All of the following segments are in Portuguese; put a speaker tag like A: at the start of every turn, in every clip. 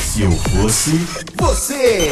A: Se eu fosse você.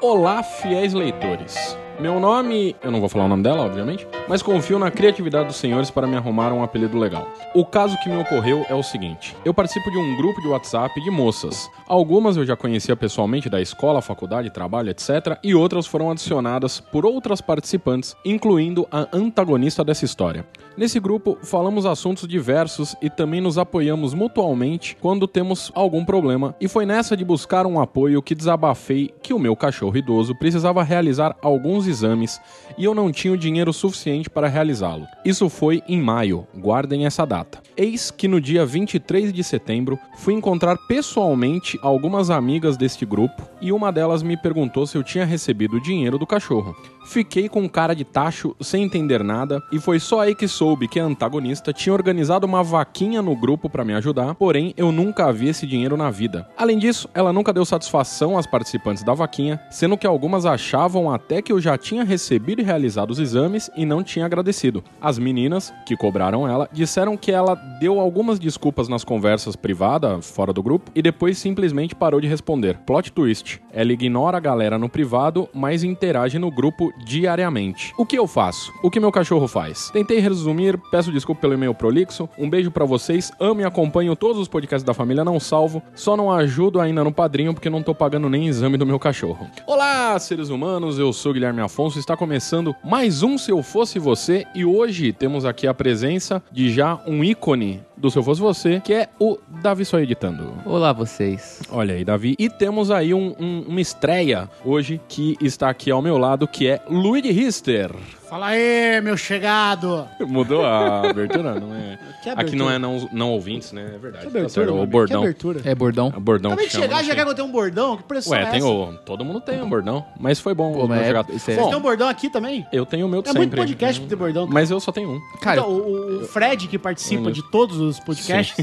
B: Olá, fiéis leitores. Meu nome, eu não vou falar o nome dela, obviamente, mas confio na criatividade dos senhores para me arrumar um apelido legal. O caso que me ocorreu é o seguinte: eu participo de um grupo de WhatsApp de moças. Algumas eu já conhecia pessoalmente da escola, faculdade, trabalho, etc., e outras foram adicionadas por outras participantes, incluindo a antagonista dessa história. Nesse grupo, falamos assuntos diversos e também nos apoiamos mutualmente quando temos algum problema, e foi nessa de buscar um apoio que desabafei que o meu cachorro idoso precisava realizar alguns exames e eu não tinha o dinheiro suficiente para realizá-lo. Isso foi em maio, guardem essa data. Eis que no dia 23 de setembro fui encontrar pessoalmente algumas amigas deste grupo e uma delas me perguntou se eu tinha recebido o dinheiro do cachorro. Fiquei com cara de tacho, sem entender nada, e foi só aí que soube que a antagonista tinha organizado uma vaquinha no grupo para me ajudar, porém eu nunca vi esse dinheiro na vida. Além disso, ela nunca deu satisfação às participantes da vaquinha, sendo que algumas achavam até que eu já tinha recebido e realizado os exames e não tinha agradecido. As meninas, que cobraram ela, disseram que ela deu algumas desculpas nas conversas privadas, fora do grupo, e depois simplesmente parou de responder. Plot twist: É ela ignora a galera no privado, mas interage no grupo diariamente. O que eu faço? O que meu cachorro faz? Tentei resumir, peço desculpa pelo e-mail prolixo. Um beijo pra vocês, amo e acompanho todos os podcasts da família, não salvo. Só não ajudo ainda no padrinho porque não tô pagando nem exame do meu cachorro. Olá, seres humanos, eu sou Guilherme Afonso, está começando mais um Se Eu Fosse Você e hoje temos aqui a presença de já um ícone do Se Eu Fosse Você, que é o Davi Só Editando.
C: Olá vocês.
B: Olha aí, Davi. E temos aí um- um- uma estreia hoje que está aqui ao meu lado, que é Luigi Rister.
D: Fala aí, meu chegado!
B: Mudou a abertura, não é?
D: Que abertura?
B: Aqui não é não, não ouvintes, né? É verdade.
D: Que
B: tá certo.
D: abertura,
B: o
D: mano?
B: bordão.
D: Que abertura.
C: É bordão.
B: O bordão
D: Acabei
B: que
D: de
B: chama,
D: chegar,
B: não
D: já
B: sei.
D: quer que eu tenho um bordão? Que pressão
B: Ué,
D: é
B: tem
D: essa?
B: o. Todo mundo tem um bordão. Mas foi bom.
C: Pô,
B: os
C: mas
B: meus
C: é-
B: jogados.
C: isso é-
D: Vocês
B: Bom,
D: têm um bordão aqui também?
B: eu tenho o meu de
D: É muito
B: sempre. Uhum.
D: podcast pra ter bordão.
B: Mas eu só tenho um.
C: Cara,
D: Então, o, o Fred, que participa de todos os podcasts,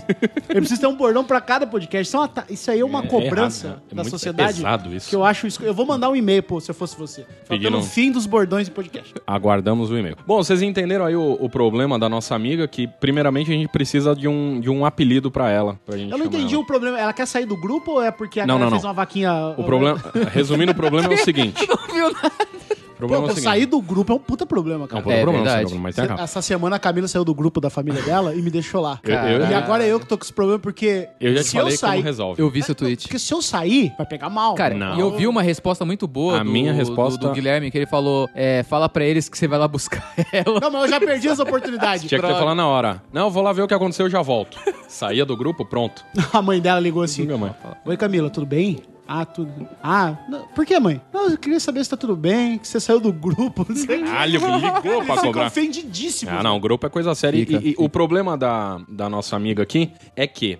D: ele precisa ter um bordão pra cada podcast. Isso, é uma ta- isso aí é uma
B: É
D: cobrança
B: errado, né? É
D: da
B: muito- é
D: sociedade.
B: pesado isso.
D: Que eu acho isso. Eu vou mandar um e-mail, pô, se eu fosse você.
B: Pedindo-
D: Pelo fim dos bordões do podcast.
B: Aguardamos o e-mail. Bom, vocês entenderam aí o, o problema da nossa amiga, que primeiramente a gente precisa de um, de um apelido pra ela. Pra gente
D: Eu não
B: chamar
D: entendi
B: ela.
D: o problema. Ela quer sair do grupo ou é porque a
B: Não,
D: galera
B: não,
D: fez
B: não.
D: uma vaquinha.
B: o problema. Resumindo, o problema é o seguinte. O
D: Pô,
B: problema é o seguinte.
D: sair do grupo é um puta problema,
B: Não,
D: cara.
B: o problema,
C: É
B: não,
C: verdade.
B: problema, mas tem a capa.
D: Essa semana a Camila saiu do grupo da família dela e me deixou lá.
B: Eu- eu-
D: e agora é eu que tô com esse problema, porque
B: Eu já te
D: se
B: falei
D: eu sair.
B: como resolve.
C: eu vi seu tweet.
D: Porque se eu sair, vai pegar mal.
C: Cara,
B: Não.
C: e eu vi uma resposta muito boa
B: A
C: do,
B: minha
C: do-
B: resposta-
C: do, Guilherme, que ele falou: é, fala pra eles que você vai lá buscar ela.
D: Não, mas eu já perdi essa oportunidade.
B: Tinha que ter
C: Droga.
B: falado na hora. Não, eu vou lá ver o que aconteceu, eu já volto. Saía do grupo, pronto.
D: A mãe dela ligou assim.
B: Minha mãe.
D: Oi, Camila, tudo bem? Ah, tudo. Ah, não- por que, mãe? Não, eu queria saber se tá tudo bem, que você saiu do grupo. não sei o quê.
B: Caralho, ligou
D: Eles
B: pra
D: ficam
B: cobrar.
D: ofendidíssimos.
B: Ah, não, o grupo é coisa séria. E-
C: Fica,
B: e, o problema da, da nossa amiga aqui é que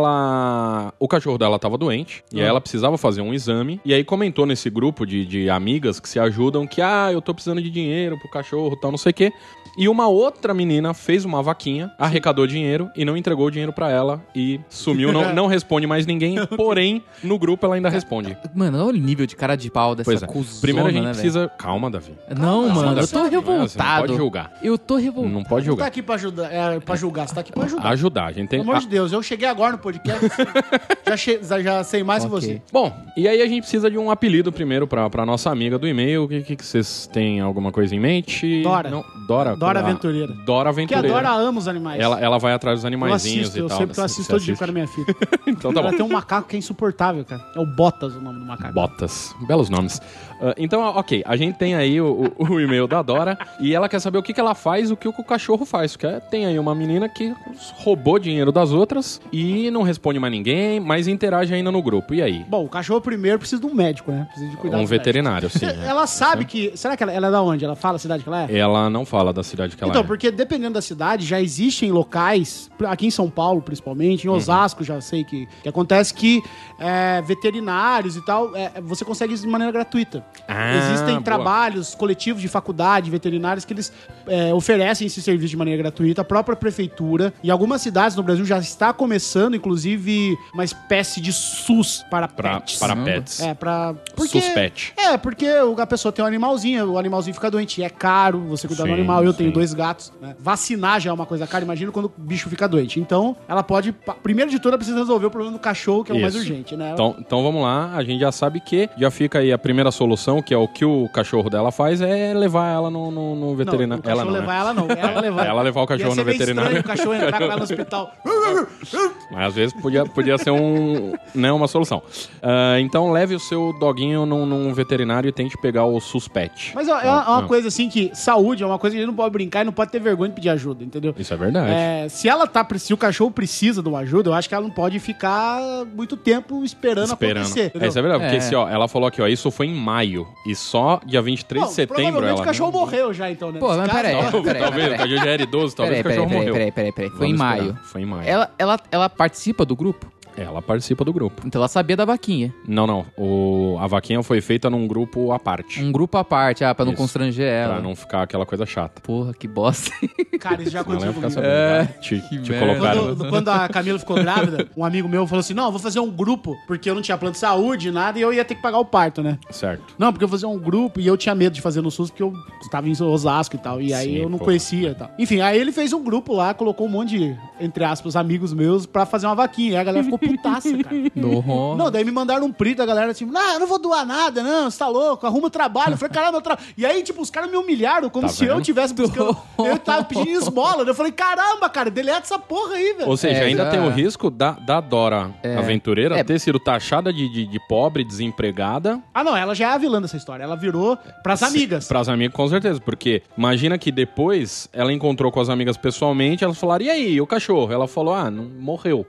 B: ela. O cachorro dela tava doente e
D: Ah.
B: aí ela precisava fazer um exame. E aí comentou nesse grupo de, de amigas que se ajudam que, ah, eu tô precisando de dinheiro pro cachorro tal, não sei o quê. E uma outra menina fez uma vaquinha, arrecadou dinheiro e não entregou o dinheiro pra ela e sumiu, não, não responde mais ninguém. Porém, no grupo ela ainda responde.
C: Mano, olha o nível de cara de pau dessa
B: Pois é.
C: cuzona,
B: Primeiro a gente
C: né,
B: precisa. Calma, Davi.
C: velho? Não, mano, eu tô
B: Não, Você não
C: revoltado.
B: pode julgar.
C: eu tô revoltado.
B: Não pode
D: Você não tá
B: julgar.
D: aqui pra ajudar, é, pra julgar, você tá aqui pra ajudar.
B: Ajudar, a gente tem.
D: Pelo amor
B: a-
D: de Deus, eu cheguei agora no podcast. já, che- já- já sei mais que
C: Ok.
D: você.
B: Bom, e aí a gente precisa de um apelido primeiro pra, pra nossa amiga do e-mail. O que, que que vocês têm alguma coisa em mente?
D: Dora.
B: Não, Dora.
D: Dora
B: a-
D: Aventureira.
B: Dora
D: Porque
B: Aventureira.
D: a Dora ama os animais.
B: Ela, ela vai atrás dos
D: eu
B: animaizinhos
D: assisto, eu
B: e tal.
D: sempre que eu
B: assim,
D: assisto,
B: você
D: todo dia com a
B: assiste.
D: minha fita.
B: Então tá bom.
D: Ela tem um macaco que é insuportável, cara. É o Botas o nome do macaco.
B: Botas. Belos nomes. Ah, então, ok, a gente tem aí o, o- o e-mail da Dora e ela quer saber o que, que ela faz, o que o cachorro faz. Que é- tem aí uma menina que roubou dinheiro das outras e não responde mais ninguém, mas interage ainda no grupo. E aí?
D: Bom, o cachorro primeiro precisa de um médico, né? Precisa de cuidado. É
B: Um veterinário, sim. né?
D: Ela sabe que. Será que ela, ela é da onde? Ela fala a cidade que ela é?
B: Ela não fala da cidade que ela
D: Então,
B: é.
D: porque dependendo da cidade, já existem locais, aqui em São Paulo principalmente, em
B: Uhum.
D: Osasco já sei que, que acontece, que é, veterinários e tal, é, você consegue isso de maneira gratuita.
B: Ah,
D: Existem
B: boa.
D: trabalhos coletivos de faculdade, veterinários, que eles é, oferecem esse serviço de maneira gratuita. A própria prefeitura, em algumas cidades no Brasil, já está começando, inclusive, uma espécie de SUS para
B: Pra,
D: pets.
B: para
C: Caramba.
B: pets.
D: É, pra.
B: Suspete.
D: É, porque o- a pessoa tem um animalzinho, o animalzinho fica doente, e é caro você cuidar do
B: Sim,
D: animal. Eu tenho tenho dois gatos, né? Vacinar já é uma coisa cara, imagina quando o bicho fica doente. Então, ela pode. pa- Primeiro de tudo, ela precisa resolver o problema do cachorro, que é o mais
B: Isso.
D: urgente, né?
B: Então, então vamos lá, a gente já sabe que já fica aí a primeira solução, que é o que o cachorro dela faz, é levar ela no, no- no
D: Não,
B: veterinário.
D: o cachorro
B: ela não, né?
D: levar ela não. Ela levar.
B: Ela levar o cachorro
D: Ia ser
B: no
D: meio
B: veterinário.
D: estranho o cachorro entrar com ela no hospital.
B: Mas às vezes podia, podia ser um, né, uma solução. Ah, então leve o seu doguinho num, num veterinário e tente pegar o suspect.
D: Mas ó, é uma, é uma
B: Ah,
D: coisa assim que saúde é uma coisa que a gente não pode brincar e não pode ter vergonha de pedir ajuda, entendeu?
B: Isso é verdade.
D: É, se ela tá, pre- se o cachorro precisa de uma ajuda, eu acho que ela não pode ficar muito tempo esperando,
B: Esperando.
D: acontecer.
B: É, isso é verdade, porque
C: É.
B: assim, ó, ela falou aqui, ó, isso foi em maio. E só dia 23
D: Não,
B: de setembro
D: provavelmente
B: ela.
D: o cachorro morreu já, então, né?
C: Pô,
D: Nesse
C: mas
D: caso,
C: peraí.
D: ó,
B: Talvez,
C: Peraí,
B: talvez, o
C: peraí.
B: cachorro já era idoso, talvez
C: Peraí,
B: o cachorro
C: peraí, peraí,
B: morreu.
C: peraí, peraí, peraí. Foi
B: Vamos
C: em
B: esperar.
C: maio.
B: Foi em maio.
C: Ela, ela, ela participa do grupo?
B: Ela participa do grupo.
C: Então ela sabia da vaquinha.
B: Não, não. O... A vaquinha foi feita num grupo à parte.
C: Um grupo à parte, ah, pra não
B: Isso.
C: constranger
B: Pra
C: ela.
B: não ficar aquela coisa chata.
C: Porra, que bosta.
D: Cara, isso já
B: Senão ela ia ficar
D: aconteceu comigo.
B: sabendo.
C: É,
B: né? Te,
C: que
B: te
C: merda.
B: colocaram.
D: Quando, quando a Camila ficou grávida, um amigo meu falou assim: Não, eu vou fazer um grupo, porque eu não tinha plano de saúde, nada, e eu ia ter que pagar o parto, né?
B: Certo.
D: Não, porque eu fazia um grupo e eu tinha medo de fazer no SUS porque eu estava em Osasco e tal. E aí
B: Sim,
D: eu não
B: pô.
D: conhecia e tal. Enfim, aí ele fez um grupo lá, colocou um monte de, entre aspas, amigos meus pra fazer uma vaquinha. E a galera ficou putaça, cara.
C: Não,
D: Não, daí me mandaram um print da galera, tipo, ah, eu não vou doar nada, não, você tá louco, arruma o trabalho. Eu falei, caralho, meu trabalho. E aí, tipo, os caras me humilharam como
B: Tá
D: se eu
B: vendo?
D: tivesse buscando. Eu tava pedindo esmola. né? Eu falei, caramba, cara, deleta essa porra aí, velho.
B: Ou seja,
C: É,
B: ainda
C: já-
B: tem o risco da, da Dora aventureira
C: É.
B: ter sido taxada de, de, de pobre, desempregada.
D: Ah, não, ela já é a vilã dessa história. Ela virou pras amigas.
B: Pras amigas, com certeza. Porque imagina que depois ela encontrou com as amigas pessoalmente, elas falaram, e aí, e o cachorro? Ela falou, ah, não, morreu.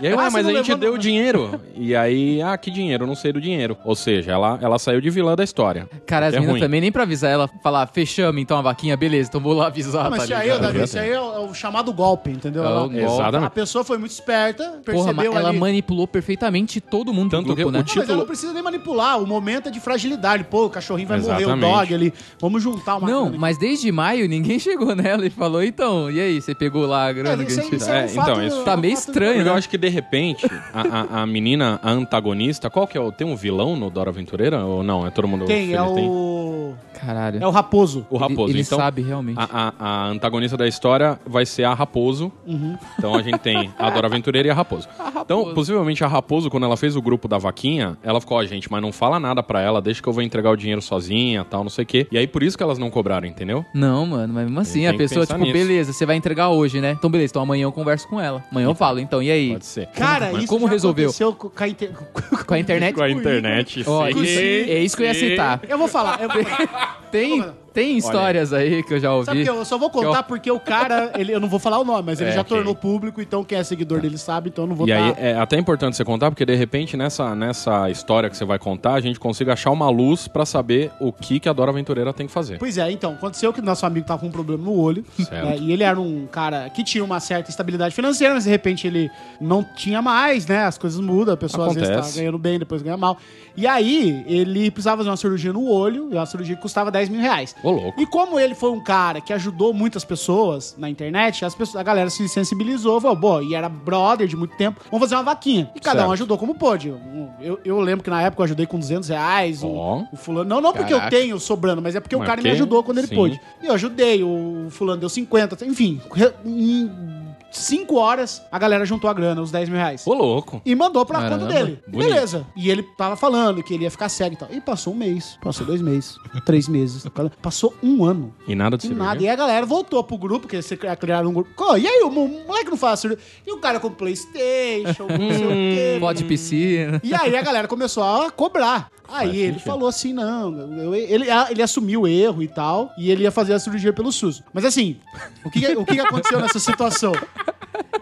B: E aí,
D: Ah,
B: ué,
D: você
B: mas
D: não
B: a gente
D: levou
B: deu
D: no-
B: dinheiro. E aí, ah, que dinheiro? Eu não sei do dinheiro. Ou seja, ela, ela saiu de vilã da história.
C: Cara, as
B: É
C: meninas
B: ruim.
C: também nem pra avisar ela, falar, fechamos então a vaquinha, beleza, então vou lá avisar,
B: Ah,
D: Não, Ah, mas
C: tá
D: isso aí,
C: ligado?
D: Davi, isso aí é o é o chamado golpe, entendeu?
C: É o
D: Ela-
C: golpe.
D: A
B: Exatamente.
D: pessoa foi muito esperta,
C: Porra,
D: percebeu
C: mas ela
D: ali.
C: manipulou perfeitamente todo mundo
B: Tanto
C: do
B: que
C: grupo,
B: o
C: né?
D: Não, mas ela não
B: título-
D: precisa nem manipular. O momento é de fragilidade. Pô, o cachorrinho vai morrer, o
B: Exatamente.
D: dog ali. Vamos juntar uma
C: Não,
D: grana aqui.
C: mas desde maio ninguém chegou nela e falou, então, e aí, você pegou lá a grana
D: É,
C: que a
D: isso aí-
C: gente...
D: isso aí é um
B: É,
D: fato-
B: então, isso-
C: Tá meio
D: um fato-
C: estranho,
B: Porque
C: né?
B: eu acho que de repente, a, a, a menina, a antagonista, qual que é o. Tem um vilão no Dora Aventureira? Ou não? É todo mundo.
D: Tem,
B: feliz?
D: é o...
C: Caralho.
D: É o raposo.
B: O um Raposo.
C: Ele- ele
B: então,
C: sabe realmente.
B: A, a- a antagonista da história vai ser a Raposo.
D: Uhum.
B: Então a gente tem a Dora Aventureira e a Raposo. Então, possivelmente a Raposo, quando ela fez o grupo da vaquinha, ela ficou, ó, gente, mas não fala nada pra ela, deixa que eu vou entregar o dinheiro sozinha, tal, não sei o quê. E aí por isso que elas não cobraram, entendeu?
C: Não, mano, mas mesmo assim,
B: Ele
C: a
B: tem que
C: pessoa,
B: pensar
C: tipo,
B: nisso.
C: beleza, você vai entregar hoje, né? Então, beleza, então amanhã eu converso com ela. Amanhã eu falo, então, e aí?
B: Pode ser.
D: Cara, tipo,
C: Mas
D: isso
C: como
D: já
C: resolveu?
D: aconteceu com com a inter- com-
C: Com a internet?
B: Com a internet,
C: Ó,
B: sim.
C: isso- é isso que eu ia citar.
D: Eu vou falar. Eu vou falar.
C: Tem, tem histórias aí que eu já ouvi.
D: Sabe que eu só vou contar porque o cara, ele, eu não vou falar o nome, mas ele
B: É,
D: já
B: ok.
D: tornou público, então quem é seguidor dele sabe, então eu não vou
B: E
D: dar...
B: aí, é até importante você contar, porque de repente, nessa, nessa história que você vai contar, a gente consiga achar uma luz pra saber o que, que a Dora Aventureira tem que fazer.
D: Pois é, então, aconteceu que nosso amigo tava com um problema no olho.
B: Certo.
D: né, e ele era um cara que tinha uma certa estabilidade financeira, mas de repente ele não tinha mais, né? As coisas mudam, a pessoa às vezes
B: Acontece.
D: tá ganhando bem, depois ganha mal. E aí, ele precisava fazer uma cirurgia no olho, e uma cirurgia que custava 10 mil reais.
B: Ô, louco.
D: E como ele foi um cara que ajudou muitas pessoas na internet, as pessoas, a galera se sensibilizou, falou, pô, e era brother de muito tempo, vamos fazer uma vaquinha. E cada um
B: Certo.
D: ajudou como pôde. Um- Eu, eu lembro que na época eu ajudei com 200 reais, o-
B: Ó.
D: o fulano. Não, não porque eu
C: Caraca.
D: tenho sobrando, mas é porque o
B: Mas
D: cara me
B: porque-
D: ajudou quando ele
B: sim.
D: pôde. E eu ajudei, o fulano deu 50, enfim. re- Em 5 horas, a galera juntou a grana, os 10 mil reais.
B: Ô, louco.
D: E mandou pra
C: Caramba.
D: conta dele.
B: Bonito.
D: Beleza. E ele tava falando que ele ia ficar cego e tal. E passou um mês, passou dois meses, três meses. Passou um ano.
B: E nada de
D: E
B: cirurgia.
D: nada. E a galera voltou pro grupo, porque você criaram um grupo. "Ô, E aí, o mo- moleque não faz cirurgia. E o cara com Playstation,
B: Hum.
D: com não sei o quê.
C: Pode piscina.
D: E aí a galera começou a cobrar. Aí ele falou assim: não, eu- ele, ele assumiu o erro e tal, e ele ia fazer a cirurgia pelo SUS. Mas assim, o que, que- o que que aconteceu nessa situação?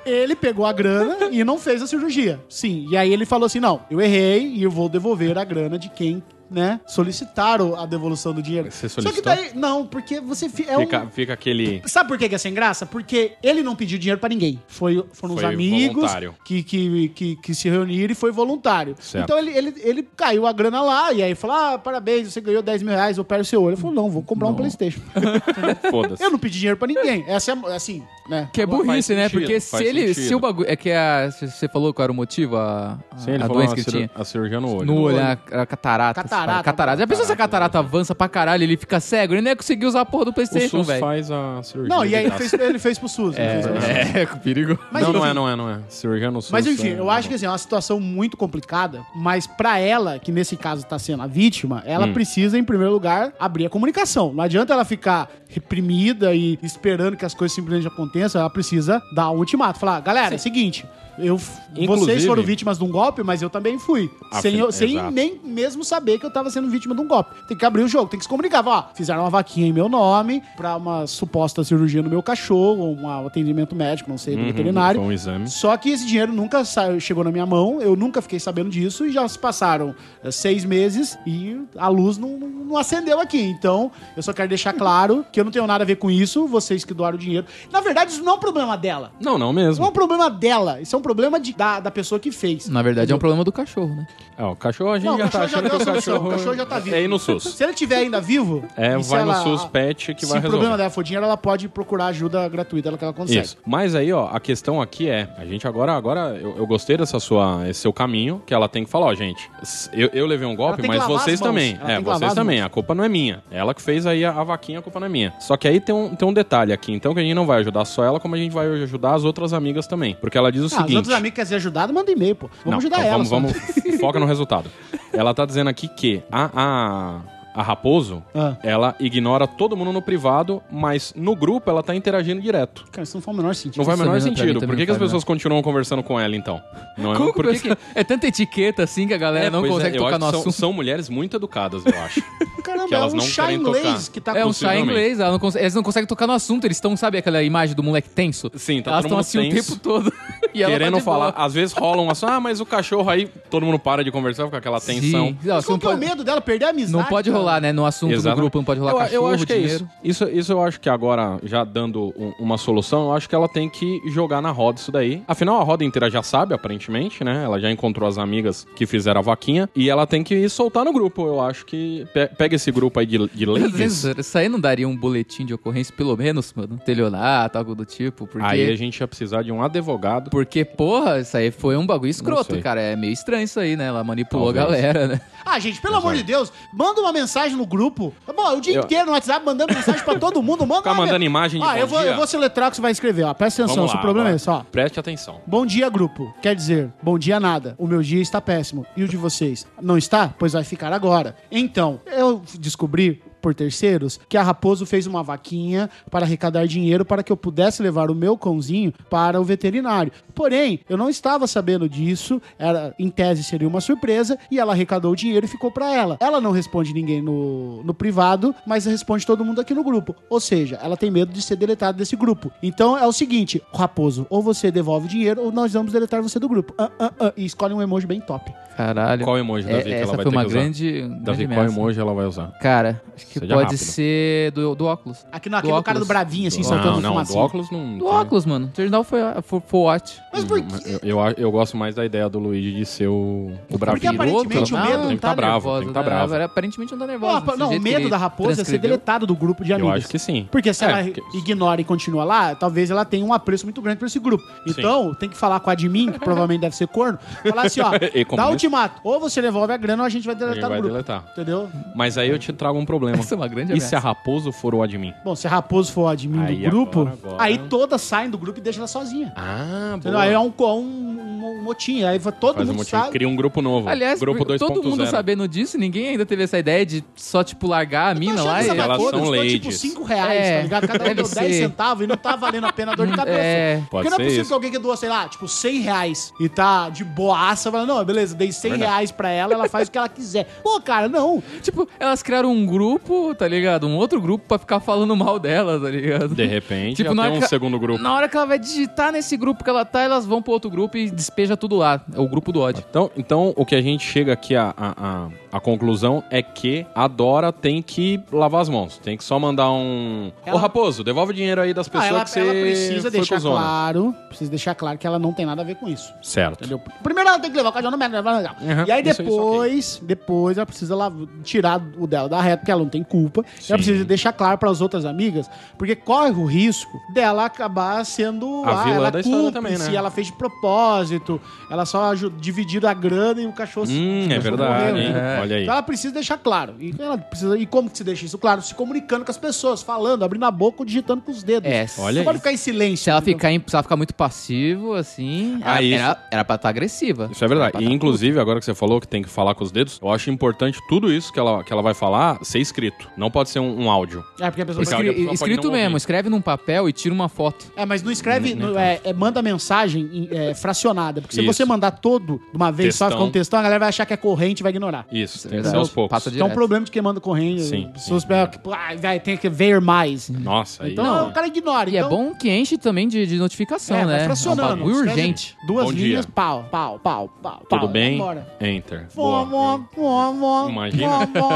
D: Ele pegou a grana e não fez a cirurgia. Sim. E aí ele falou assim: não, eu errei e eu vou devolver a grana de quem. Né? Solicitaram a devolução do dinheiro.
B: Você
D: Só que
B: solicitou?
D: daí. Não, porque você. fi- É um,
B: Fica, fica aquele.
D: Sabe por que que é sem graça? Porque ele não pediu dinheiro pra ninguém. Foi, foram os
B: Foi
D: amigos
B: voluntário.
D: que, que, que, que se reuniram e foi voluntário.
B: Certo.
D: Então ele, ele, ele caiu a grana lá e aí falou: Ah, parabéns, você ganhou 10 mil reais, eu pego seu olho. Eu falei, não, vou comprar um Playstation.
B: Foda-se.
D: eu não pedi dinheiro pra ninguém. Essa é assim, né?
C: Que é
B: Agora
C: burrice,
B: faz
C: né?
B: sentido,
C: Porque
B: faz
C: se ele. Se
B: sentido.
C: o bagulho. É que a. Você falou qual era o motivo? A, a,
B: Sim, ele
C: a
B: falou Ah,
C: doença
B: a,
C: que ele
B: ciru-
C: tinha.
B: a cirurgia no olho.
C: No olho, né? a, a catarata.
D: catarata.
C: Catarata. Já pensou se a catarata avança pra caralho ele fica cego? Ele nem ia conseguir usar a porra
B: né?
C: do
B: O
C: PlayStation,
B: SUS
C: velho.
B: faz né? a cirurgia.
D: Não, e aí
B: de
D: ele
B: graça.
D: fez, ele fez pro SUS. ele fez pro SUS.
C: É, perigo.
D: Mas
B: não, não
D: enfim.
B: é, não é, não é. Cirurgião SUS.
D: Mas enfim,
B: é-
D: eu acho que assim, é uma situação muito complicada, mas pra ela, que nesse caso tá sendo a vítima, ela
B: Hum.
D: precisa, em primeiro lugar, abrir a comunicação. Não adianta ela ficar reprimida e esperando que as coisas simplesmente aconteçam, ela precisa dar um ultimato, falar, galera, é o seguinte... Eu, vocês
B: Inclusive-
D: foram vítimas de um golpe, mas eu também fui.
B: Ah,
D: sem
B: fi-
D: eu- sem
B: exato.
D: nem mesmo saber que eu tava sendo vítima de um golpe. Tem que abrir o jogo, tem que se comunicar. Falar, ó, fizeram uma vaquinha em meu nome pra uma suposta cirurgia no meu cachorro, um atendimento médico, não sei, do é veterinário.
B: Foi um exame.
D: Só que esse dinheiro nunca sa- chegou na minha mão, eu nunca fiquei sabendo disso e já se passaram eh, seis meses e a luz não, não- não acendeu aqui. Então, eu só quero deixar claro que eu não tenho nada a ver com isso, vocês que doaram o dinheiro. Na verdade, isso não é um problema dela.
B: Não, não
D: Não é um
B: mesmo.
D: problema dela, isso é um problema de- da, da pessoa que fez.
C: Na verdade, é um problema do cachorro, né?
B: É, o cachorro a gente
D: Não, o
B: já tá
D: cachorro já
B: achando
D: deu
B: que
D: a
B: o
D: solução,
B: cachorro...
D: o cachorro já tá vivo.
B: É ir no SUS.
D: Se ele tiver ainda vivo,
B: É,
D: e se
B: vai no
D: ela-
B: SUS Pet que
D: se
B: vai
D: o problema
B: resolver.
D: dela for dinheiro, ela pode procurar ajuda gratuita ela que ela consegue.
B: Isso. É Mas aí, ó, a questão aqui é, a gente agora, agora eu, eu gostei dessa sua, esse seu caminho, que ela tem que falar, ó, gente, s- eu, eu levei um golpe,
D: tem que
B: mas
D: lavar as
B: vocês
D: mãos.
B: também.
D: Ela tem
B: é,
D: que lavar
B: vocês
D: as
B: também,
D: mãos.
B: a culpa não é minha. Ela que fez aí a, a vaquinha, a culpa não é minha. Só que aí tem um, tem um detalhe aqui, então, que a gente não vai ajudar só ela, como a gente vai ajudar as outras amigas também. Porque ela diz o
D: Ah, os
B: seguinte...
D: outros amigos que querem ser ajudados, manda e-mail, pô. Vamos
B: Não,
D: ajudar né?
B: então
D: ela. só.
B: Vamos, vamos- foca no resultado. Ela tá dizendo aqui que a, a, a Raposo,
D: Ah.
B: ela ignora todo mundo no privado, mas no grupo ela tá interagindo direto.
D: Cara, isso não faz o menor sentido.
B: Não vai o
C: Isso
B: menor
C: mesmo, pra mim
B: sentido.
C: também
B: Por que,
C: não
B: que as
C: faz
B: pessoas continuam conversando com ela, então? Não
C: Como
B: Por que É,
C: que- É tanta etiqueta assim que a galera não
B: pois
C: consegue
B: eu
C: tocar
B: acho
C: no
B: que
C: assunto.
B: São, são mulheres muito educadas, eu acho. que
D: Caramba, é
B: elas
D: um
B: não
D: chá
B: querem
D: inglês
B: tocar.
D: que tá
C: É um chá
B: Possivelmente.
C: inglês, ela não cons- eles não conseguem tocar no assunto, eles estão, sabe aquela imagem do moleque tenso?
B: Sim, tá
C: Elas
B: todo
C: estão
B: mundo
C: assim o
B: tenso,
C: tempo todo. E ela tá
B: Querendo
C: de boa.
B: falar. Às vezes rola um assim, ah, mas o cachorro aí, todo mundo para de conversar, fica aquela
C: Sim.
B: tensão.
C: Não,
D: Mas
C: você não
D: qual que é o
C: pode,
D: medo dela? Perder a amizade?
C: não pode
D: cara?
C: rolar, né? No assunto
B: Exatamente.
C: do grupo, não pode rolar
B: eu,
C: cachorro,
B: eu acho que é
C: dinheiro.
B: isso. isso. Isso eu acho que agora, já dando um- uma solução, eu acho que ela tem que jogar na roda isso daí. Afinal, a roda inteira já sabe, aparentemente, né? Ela já encontrou as amigas que fizeram a vaquinha. E ela tem que soltar no grupo. Eu acho que. pe- pega esse grupo aí de, de
C: Às
B: ladies.
C: vezes, isso aí não daria um boletim de ocorrência, pelo menos, mano. um Telionato, algo do tipo. Porque,
B: Aí a gente ia precisar de um advogado.
C: porque, porra, isso aí foi um bagulho escroto,
B: sei.
C: cara. É meio estranho isso aí, né? Ela manipulou a
B: Talvez.
C: galera, né?
D: Ah, gente, pelo amor de Deus, manda uma mensagem no grupo. Bom, é o dia
B: Eu-
D: inteiro no WhatsApp mandando mensagem pra todo mundo. Manda
B: Ficar
D: uma-
B: mandando imagem de
D: Ah, eu
B: bom
D: vou,
B: dia.
D: eu vou seletrar o que você vai escrever, ó. Presta atenção,
B: Vamos
D: seu
B: lá,
D: problema
B: agora.
D: é esse, ó.
B: Preste atenção.
D: Bom dia, grupo. Quer dizer, bom dia nada. O meu dia está péssimo. E o de vocês? Não está? Pois vai ficar agora. Então, eu descobri por terceiros que a Raposo fez uma vaquinha para arrecadar dinheiro para que eu pudesse levar o meu cãozinho para o veterinário. Porém, eu não estava sabendo disso, era em tese seria uma surpresa e ela arrecadou o dinheiro e ficou para ela. Ela não responde ninguém no, no privado, mas responde todo mundo aqui no grupo. Ou seja, ela tem medo de ser deletada desse grupo. Então é o seguinte, Raposo, ou você devolve o dinheiro ou nós vamos deletar você do grupo. Ah, ah, ah, e escolhe um emoji bem top.
C: Caralho.
B: Qual emoji,
C: É-
B: Davi, que ela
C: essa
B: vai
C: foi
B: ter
C: uma
B: que usar?
C: grande. grande
B: Davi, qual
C: ameaça.
B: emoji ela vai usar?
C: Cara, acho que
B: Seja
C: pode
B: rápido.
C: ser do, do óculos.
D: Aqui não, aquele cara do
C: óculos.
D: bravinho assim,
C: Do-
D: soltando
B: Ah, não, não, do
D: fumacinha.
B: óculos não.
C: Do óculos, mano. O original foi, foi, foi watch.
D: Mas por que?
B: Mas Eu, eu, a- eu gosto mais da ideia do Luigi de ser o, o
D: Porque
B: bravinho.
D: aparentemente o medo não
B: Tem que tá tá bravo, nervosa, tem que tá né? bravo. Ela
C: Aparentemente não tá
D: Ó,
C: nervosa.
D: apa- não, o medo da Raposo é ser deletado do grupo de
B: Eu
D: é amigos.
B: acho que sim.
D: Porque se
B: É,
D: ela
B: porque-
D: ignora e continua lá, talvez ela tenha um apreço muito grande por esse grupo. Então, tem que falar com a admin, que provavelmente deve ser corno, falar assim, ó,
B: E
D: dá
B: começa.
D: ultimato. Ou você devolve a grana ou a gente vai
B: Ele
D: deletar do
B: vai
D: grupo.
B: deletar.
D: Entendeu?
B: Mas aí eu te trago um problema.
C: Essa é uma grande
B: E se
C: ameaça.
B: a Raposo for o admin?
D: Bom, se a Raposo for a admin
B: Aí,
D: do grupo,
B: agora, agora.
D: aí todas saem do grupo e deixam ela sozinha.
B: Ah,
D: Entendeu? Aí é um, co- um, um motim, aí vai- todo
B: Faz um
D: mundo
B: motivo,
D: sabe.
B: cria um grupo novo.
C: Aliás,
B: grupo
C: por-
B: 2.0.
C: todo mundo sabendo disso, ninguém ainda teve essa ideia de só, tipo, largar a mina lá.
D: achando
C: E...
D: essa
B: elas
D: bacana,
B: são
D: custou, tipo
B: ladies.
D: 5 reais,
C: É,
D: tá ligado? Cada um
C: deve
D: deu 10
C: ser.
D: centavos e não tá valendo a pena a dor de cabeça.
C: É.
B: Pode
D: Porque não é
B: ser
D: possível
B: isso.
D: que alguém que doou, sei lá, tipo 100 reais e tá de boaça, fala, não, beleza, dei 100
B: Verdade.
D: reais pra ela, ela faz o que ela quiser. Pô, cara, não.
C: Tipo, elas criaram um grupo, tá ligado? Um outro grupo pra ficar falando mal dela, tá ligado?
B: De repente,
C: Tipo,
B: já
C: na
B: tem
C: hora
B: um
C: que-
B: segundo grupo.
C: Na hora que ela vai digitar nesse grupo que ela tá, elas vão pro outro grupo e despeja tudo lá. É o grupo do ódio.
B: Então, então, o que a gente chega aqui à a, a, conclusão é que a Dora tem que lavar as mãos. Tem que só mandar um...
D: Ela-
B: Ô, Raposo, devolve o dinheiro aí das
D: Ah,
B: pessoas
D: ela,
B: que você
D: ela precisa
B: foi
D: deixar
B: cuzona.
D: claro, precisa deixar claro que ela não tem nada a ver com isso.
B: Certo.
D: Entendeu? Primeiro ela tem que levar o cajão né? no médico. blá, blá, blá.
B: Uhum,
D: E aí
B: isso aí, isso
D: depois, depois ela precisa lá tirar o dela da reta, porque ela não tem culpa. E
B: Sim.
D: Ela precisa deixar claro para as outras amigas, porque corre o risco dela acabar sendo
B: A vilã
D: ela
B: da história
D: cúmplice,
B: também, né?
D: ela fez de propósito. ela só aju- dividiram a grana e o cachorro se-
B: Hum,
D: o
B: é
D: cachorro
B: verdade,
D: morreu,
B: hein?
D: né?
B: Olha aí.
D: Então ela precisa deixar claro. E, ela precisa, e como que se deixa isso claro? Se comunicando com as pessoas, falando, abrindo a boca ou digitando com os dedos.
C: É,
D: Você
B: olha
D: não
B: aí.
D: pode ficar em silêncio.
C: Se ela,
D: entendeu?
C: ficar, em- se ela ficar muito passivo, assim,
B: Ah,
C: ela-
B: isso.
C: era, era pra estar agressiva.
B: Isso é verdade.
C: Era pra
B: E
C: tá-
B: inclusive, agora que você falou que tem que falar com os dedos, eu acho importante tudo isso que ela, que ela vai falar ser escrito. Não pode ser um, um áudio.
D: É, porque a pessoa
B: Esse
D: vai-
B: áudio a pessoa
C: tá Escri-
B: pode
C: escrito
B: não ouvir.
C: mesmo, escreve num papel e tira uma foto.
D: É, mas não escreve, não- é, é, manda mensagem em- é, fracionada. Porque se
B: Isso.
D: você mandar todo de uma vez só,
B: Textão.
D: ficar um textão, a galera vai achar que é corrente e vai ignorar.
B: Isso, tem que
C: verdade.
B: ser aos poucos.
C: Passa de-
D: Então é um
C: Direto.
D: problema de quem manda corrente.
B: Sim,
D: As pessoas pegam, tipo, ah, vai, tem que ver mais.
B: Nossa, aí.
D: Então o cara ignora.
C: E
D: então,
C: é bom que enche também de, de notificação,
D: é, vai
C: né?
D: fracionando.
C: É um bagulho
D: Escreve
C: urgente.
D: Duas
B: Bom dia.
D: linhas, pau, pau, pau, pau.
B: Tudo
D: pau,
B: bem?
D: Vambora.
B: Enter.
D: Vó, vó,
B: Boa.
D: vó, vó,
B: Imagina.
D: vó,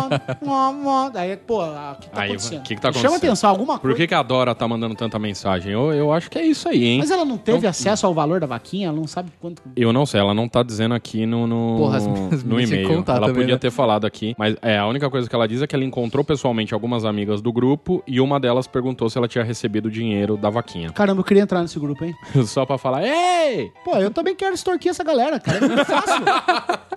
D: vó, vó. Daí, pô, ah, o que tá
B: Aí,
D: acontecendo?
B: o que que tá
D: Chama
B: acontecendo?
D: atenção, alguma
B: Por
D: coisa.
B: que, que a Dora tá mandando tanta mensagem? Eu, eu acho que Então, é isso aí, hein?
D: Mas ela não teve acesso ao valor da vaquinha? Ela não sabe quanto...
B: Eu não sei, ela não tá dizendo aqui no, no,
C: Porra, as minhas
B: no e-mail.
C: meninas tinham que contar
B: Ela
C: também,
B: podia
C: né?
B: ter falado aqui, mas é, a única coisa que ela diz é que ela encontrou pessoalmente algumas amigas do grupo e uma delas perguntou se ela tinha recebido o dinheiro da vaquinha.
D: Caramba, eu queria entrar nesse grupo, hein?
B: Só pra falar, ei!
D: Pô, eu também quero extorquir essa galera, cara. É muito fácil.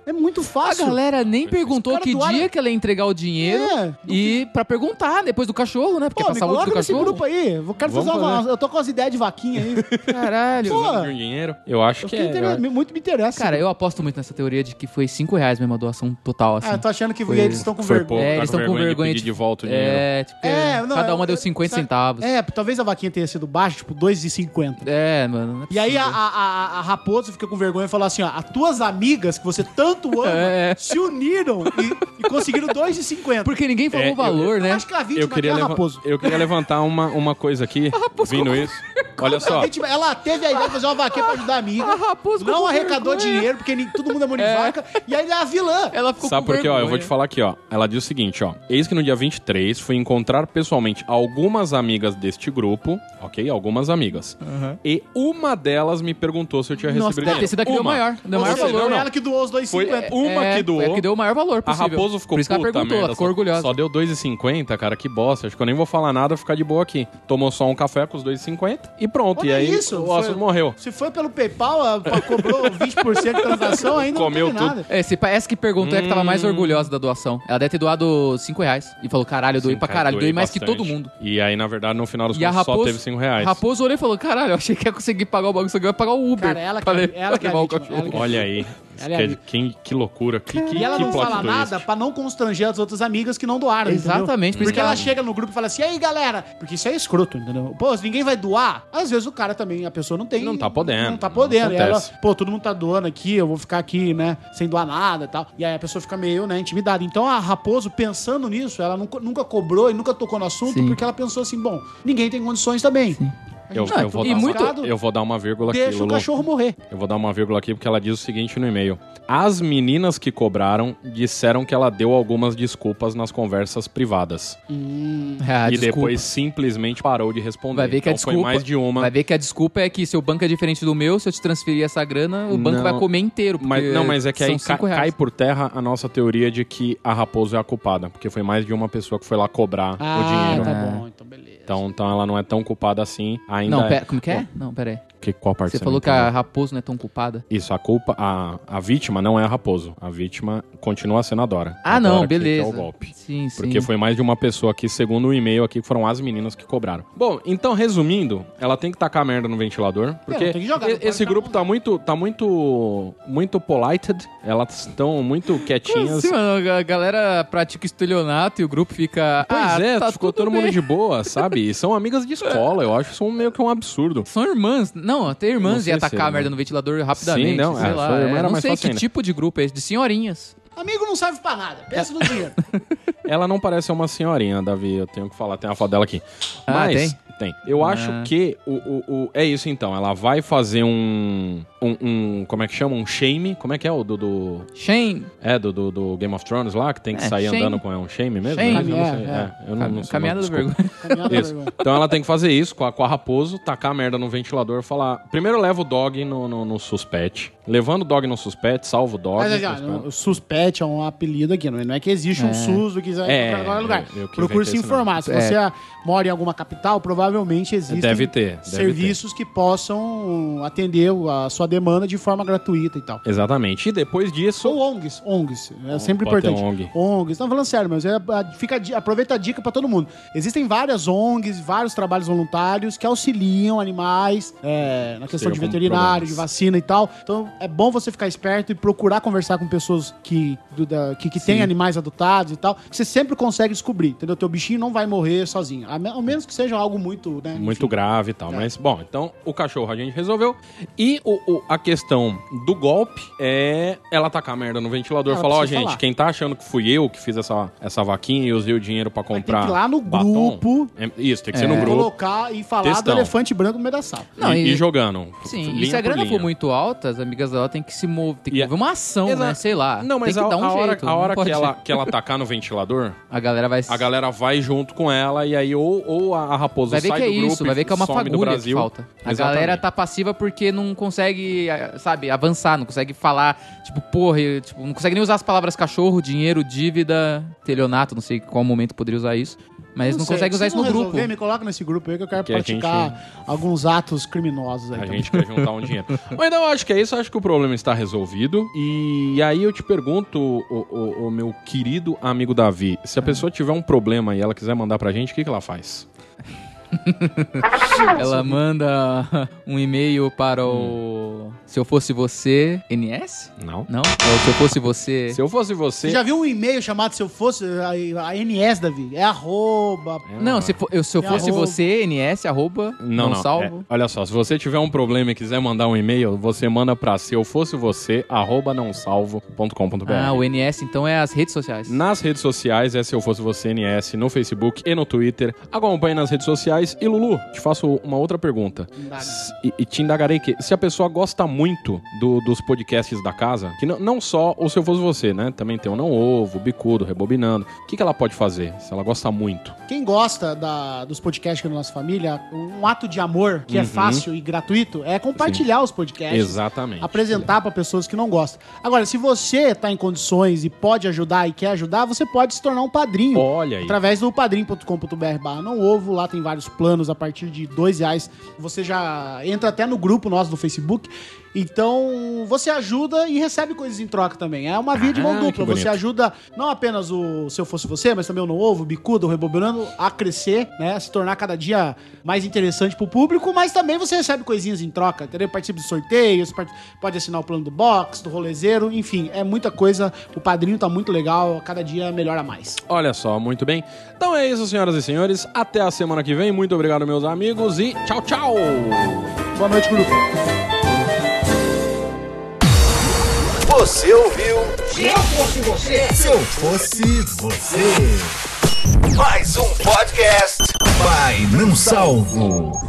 D: é muito
C: A
D: fácil.
C: galera
D: É.
C: nem perguntou
D: caras
C: que
D: doaram-
C: dia que ela ia entregar o dinheiro
D: É,
C: e pra perguntar depois do cachorro, né? Porque
D: Pô,
C: é pra
D: me
C: saúde do
D: coloca nesse
C: cachorro.
D: grupo aí. Eu quero
B: Vamos
D: fazer uma.
B: fazer.
D: Eu tô com as ideias de vaquinha aí.
C: Caralho.
D: Pô,
B: De um dinheiro? Eu acho
D: Eu
B: que
D: fiquei
B: é. eu
D: inter-
B: acho-
D: muito me interessa.
C: Cara, eu aposto muito nessa teoria de que foi 5 reais mesmo a doação total, assim.
D: Ah, eu tô achando que
C: Foi-
D: eles estão com
B: Foi pouco,
D: vergonha.
C: É,
B: tá
C: eles
B: com
C: tão com
B: vergonha de
C: vergonha
B: pedir
C: de-
B: de volta o dinheiro.
C: É, tipo,
D: É, não,
C: cada
D: eu-
C: uma deu
D: eu-
C: 50
D: sabe-
C: centavos. É,
D: É, talvez a vaquinha tenha sido baixa, tipo 2,50.
C: mano. não é
D: E aí
C: possível.
D: a, a, a- a Raposo fica com vergonha e fala assim: ó, as tuas amigas que você tanto ama
C: É.
D: se uniram e, e conseguiram 2,50.
C: Porque ninguém falou
B: É,
C: o valor,
D: Eu
C: né?
D: acho que a vítima
B: Eu queria,
D: aqui é a
B: leva-
D: Raposo.
B: eu queria levantar uma, uma coisa aqui, vindo isso. Olha só.
D: A vítima- tipo, ela teve a ideia de fazer uma vaquinha pra ajudar a amiga.
C: A Raposo ficou
D: não
C: com
D: arrecadou
C: vergonha.
D: dinheiro, porque nem- todo mundo é mão de vaca. E aí ela é a vilã.
C: Ela ficou
B: Sabe
C: com
B: por quê? Ó, eu
C: vergonha.
B: vou te falar aqui, ó. Ela diz o seguinte, ó. Eis que no dia 23 fui encontrar pessoalmente algumas amigas deste grupo, ok? Algumas amigas. E uma delas me perguntou se eu tinha
D: Nossa,
B: recebido
C: Deve ter sido a que deu
B: Uma.
C: maior. Deu
D: Ou
C: maior
D: seja,
C: valor.
D: Foi
B: não. é
D: ela que doou os
B: Foi um.
D: 2,50.
B: uma
C: É,
B: que doou.
C: é a que deu o maior valor
B: A
C: possível.
B: Raposo ficou
C: Por isso que ela
B: puta,
C: perguntou,
B: merda.
C: ela ficou
B: só-
C: orgulhosa.
B: Só deu 2,50, cara, que bosta. Acho que eu nem vou falar nada, ficar de boa aqui. Tomou só um café com os 2,50 e pronto.
D: Olha
B: e aí
D: isso,
B: o
D: foi-
B: assunto morreu.
D: Se foi pelo PayPal, a- pa- cobrou 20% de transação, ainda
B: Comeu
D: não teve
B: tudo.
D: nada.
C: É, se parece que perguntou é que tava
B: Hum.
C: mais orgulhosa da doação. Ela deve ter doado 5 reais. E falou, caralho, eu doei
B: Sim,
C: pra
B: cara,
C: caralho.
B: doei
C: Doei mais que
B: bastante.
C: todo mundo.
B: E aí, na verdade, no final dos
C: E a
B: contos,
C: Raposo...
B: só teve 5 reais.
C: Raposo olhou e falou, caralho, eu achei que ia conseguir pagar o bagulho, só que eu ia pagar o Uber.
D: Cara, ela que-
C: pra le-
D: ela que é
C: pra levar
D: a
C: o
D: vítima,
C: cachorro.
D: ela que-
B: Olha aí.
D: Ela é
B: que,
D: ali.
B: que, que loucura. Que, que,
D: E ela
B: que
D: não
B: plot
D: fala
B: twist.
D: nada pra não constranger as outras amigas que não doaram. entendeu?
C: Exatamente, por isso
D: Porque
C: que
D: ela
C: ela-
D: chega no grupo e fala assim: e aí, galera? Porque isso é escroto, entendeu? Pô, se ninguém vai doar, às vezes o cara também, a pessoa não tem.
B: Não tá podendo,
D: Não
B: não
D: tá podendo. E ela,
B: acontece.
D: pô, todo mundo tá doando aqui, eu vou ficar aqui, né, sem doar nada e tal. E aí a pessoa fica meio, né, intimidada. Então a Raposo, pensando nisso, ela nunca, nunca cobrou e nunca tocou no assunto,
C: Sim.
D: porque ela pensou assim: bom, ninguém tem condições também. A
B: Eu,
D: gente tá
B: eu vou
D: tudo
B: dar uma-
D: lascado,
B: eu vou dar uma vírgula aqui,
D: Deixa o
B: Lulu.
D: cachorro morrer.
B: Eu vou dar uma vírgula aqui porque ela diz o seguinte no e-mail. As meninas que cobraram disseram que ela deu algumas desculpas nas conversas privadas.
C: Ah,
B: e
C: desculpa.
B: depois simplesmente parou de responder.
C: Vai ver que a
B: então
C: desculpa.
B: foi mais de uma.
C: Vai ver que a desculpa é que seu banco é diferente do meu, se eu te transferir essa grana, o banco
B: Não.
C: vai comer inteiro.
B: Mas,
C: porque
B: não, mas é que aí
C: são
B: ca-
C: cinco reais.
B: cai por terra a nossa teoria de que a Raposo é a culpada, porque foi mais de uma pessoa que foi lá cobrar o dinheiro. né?
D: tá
C: É.
D: bom, então beleza.
B: Então, então ela não é tão culpada assim ainda.
C: Não,
B: é-
C: pera, como que é? Não, pera aí.
B: Que, qual parte
C: Você
B: não
C: falou que
B: entendeu?
C: a Raposo não é tão culpada.
B: Isso, a culpa, a, a vítima não é a Raposo. A vítima continua sendo a Dora.
C: Ah,
B: A Dora
C: não,
B: que- que
C: beleza.
B: é o golpe.
C: Sim, sim.
B: Porque foi mais de uma pessoa aqui, segundo o e-mail aqui, foram as meninas que cobraram. Bom, então resumindo, ela tem que tacar merda no ventilador, porque
D: tem que jogar,
B: e-
D: não pode
B: esse
D: ficar
B: grupo tá muito, tá muito, muito polited. Elas estão muito quietinhas.
C: Sim, mano, a galera pratica estelionato e o grupo fica.
B: Pois
C: ah,
B: é,
C: tá
B: ficou
C: tudo
B: todo mundo
C: bem.
B: de boa, sabe? E são amigas de escola, eu acho isso um- meio que um absurdo.
C: São irmãs. Não, até
B: Não
C: irmãs
B: sei
C: ia
B: se
C: atacar
B: era,
C: a merda
B: né?
C: no ventilador rapidamente.
B: Sim, não,
C: sei
B: é,
C: lá.
B: foi-
C: é,
B: era
C: não
B: mais
C: sei
B: fácil
C: que
B: ainda.
C: tipo de grupo é esse, de senhorinhas.
D: Amigo não serve pra nada, pensa no dinheiro.
B: Ela não parece ser uma senhorinha, Davi. Eu tenho que falar. Tem uma foto dela aqui.
C: Ah,
B: Mas,
C: tem?
B: tem. Eu
C: Ah.
B: acho que o, o, o- É isso então. Ela vai fazer um, um. um- Como é que chama? Um shame. Como é que é o do. do-
C: Shane.
B: é, do, do, do Game of Thrones lá, que tem que
C: É,
B: sair
C: shame.
B: andando com. É um shame mesmo?
C: Shame.
B: né? Eu não
D: É,
B: sei.
D: é.
B: É, eu não, não sei.
C: Caminhada
B: não,
C: do
B: desculpa.
C: vergonha.
D: Caminhada
B: Isso.
D: vergonha.
B: Então ela tem que fazer isso com a, com a Raposo, tacar a merda no ventilador, falar. Primeiro leva o dog no, no, no suspete. Levando o dog no suspete, salva o dog.
D: Mas, assim, ó, o suspete é um apelido aqui, não é, não é que existe um SUS do que quiser
B: É,
D: em qualquer lugar.
B: eu- eu que
D: Procure
B: inventei
D: se
B: esse nome. É,
D: informar. Se
C: É.
D: você ah, mora em alguma capital, provavelmente existem
B: Deve ter, deve
D: serviços que possam atender a sua demanda de forma gratuita e tal.
B: Exatamente. E depois disso,
D: Ou ONGs, ONGs, é sempre
B: pode ter
D: importante.
B: ONG.
D: ONGs, não falando sério, mas é, a- fica, a di- aproveita a dica pra todo mundo. Existem várias ONGs, vários trabalhos voluntários que auxiliam animais é, na questão
B: Estejam
D: de
B: com
D: veterinário,
B: problemas.
D: de vacina e tal. Então é bom você ficar esperto e procurar conversar com pessoas que, do- da- que, que têm animais adotados e tal. que Você sempre consegue descobrir, entendeu? Teu bichinho não vai morrer sozinho. A me- Ao menos que seja algo muito, né?
B: muito grave e
C: Tá.
B: tal. Mas, bom, então o cachorro a gente resolveu. E o- o- a questão do golpe é ela tacar merda no ventilador e
D: Ela
B: falar: ó,
D: precisa
B: gente,
D: falar."
B: quem tá achando que fui eu que fiz essa, essa vaquinha e usei o dinheiro pra
D: Tem que
B: comprar.
D: ir lá no
B: batom,
D: grupo,
B: é- isso, tem que ser no
C: É.
B: grupo.
D: colocar e falar
B: Textão.
D: do elefante branco no meio da sala.
C: Não,
B: e,
C: e-
B: e jogando.
C: Sim,
B: linha
C: e se a
B: por
C: grana
B: linha.
C: for muito alta, as amigas dela têm que se mover, tem que
B: E a-
C: mover uma ação, né?
B: Exato.
C: Sei lá.
B: Não, mas
C: tem que
B: a,
C: dar um
B: a hora,
C: jeito,
B: a
C: não
B: hora
C: pode
B: que, ela,
C: ser.
B: que ela tacar no ventilador,
C: A galera vai...
B: a galera vai junto com ela e aí ou, ou a a raposa
C: Vai ver
B: sai
C: que é
B: do grupo
C: isso, vai
B: e
C: ver que é uma
B: some do
C: fagulha
B: Brasil.
C: que falta. A
B: Exatamente.
C: galera tá passiva porque não consegue, ah, sabe, avançar, não consegue falar, tipo, porra, eu, tipo, não consegue nem usar as palavras cachorro, dinheiro, dívida, telionato, não sei qual momento poderia usar isso, mas não,
D: sei,
C: consegue
D: se
C: usar isso no
D: resolver,
C: grupo.
D: Me coloca nesse grupo aí que eu quero
B: Que a
D: praticar alguns atos criminosos aí.
B: A
D: também.
B: gente quer juntar um dinheiro. Mas então acho que é isso, acho que o problema está resolvido. E aí eu te pergunto, o, o- o meu querido amigo Davi,
C: Ah.
B: se a pessoa tiver um problema e ela quiser mandar pra gente, o que, que ela faz?
C: Ela manda um e-mail para
B: Hum.
C: o Se eu fosse você, NS?
B: Não.
C: Não? É o Se eu fosse você.
B: Se eu fosse
D: Você
B: você.
D: já viu um e-mail chamado Se Eu Fosse a, a NS, Davi? É arroba.
C: Não, se, for- eu, se eu
D: É
C: fosse
D: arroba.
C: você, NS, arroba,
B: Não, não.
C: salvo.
B: É, olha só, se você tiver um problema e quiser mandar um e-mail, você manda pra se eu fosse você, arroba não salvo.com.br.
C: Ah, o NS então é as redes sociais.
B: Nas redes sociais, é se eu fosse você, NS, no Facebook e no Twitter. Acompanhe nas redes sociais. E Lulu, te faço uma outra pergunta.
D: Indaga.
B: S- E, e te indagarei que se a pessoa gosta muito do- dos podcasts da casa, que não, não só o se eu fosse você, né? Também tem o Não Ovo, o Bicudo, Rebobinando. O que, que ela pode fazer se ela gosta muito?
D: Quem gosta da- dos podcasts aqui na nossa família, um ato de amor que é fácil e gratuito é compartilhar os podcasts.
B: Uhum. Exatamente.
D: É, Apresentar pra pessoas que não gostam. Agora, se você tá em condições e pode ajudar e quer ajudar, você pode se tornar um padrinho.
B: Olha aí.
D: Através do padrim.com.br barra não ovo, lá tem vários planos a partir de dois reais. Você já entra até no grupo nosso do Facebook. Então você ajuda e recebe coisas em troca também. É uma via de mão
B: Caraca,
D: dupla.
B: Ah, que
D: Você
B: bonito.
D: ajuda não apenas o Se Eu Fosse Você, mas também o Não Ovo, o Bicuda, o Rebobinando, a crescer, né? A se tornar cada dia mais interessante pro público, mas também você recebe coisinhas em troca, entendeu? Participa de sorteios, part- pode assinar o plano do box, do rolezeiro, enfim, é muita coisa. O padrinho tá muito legal, cada dia melhora mais.
B: Olha só, muito bem. Então é isso, senhoras e senhores. Até a semana que vem. Muito obrigado, meus amigos, e tchau, tchau!
D: Boa noite, grupo.
A: Você ouviu? Se eu fosse você. Se eu fosse você. Mais um podcast. Vai, não salvo.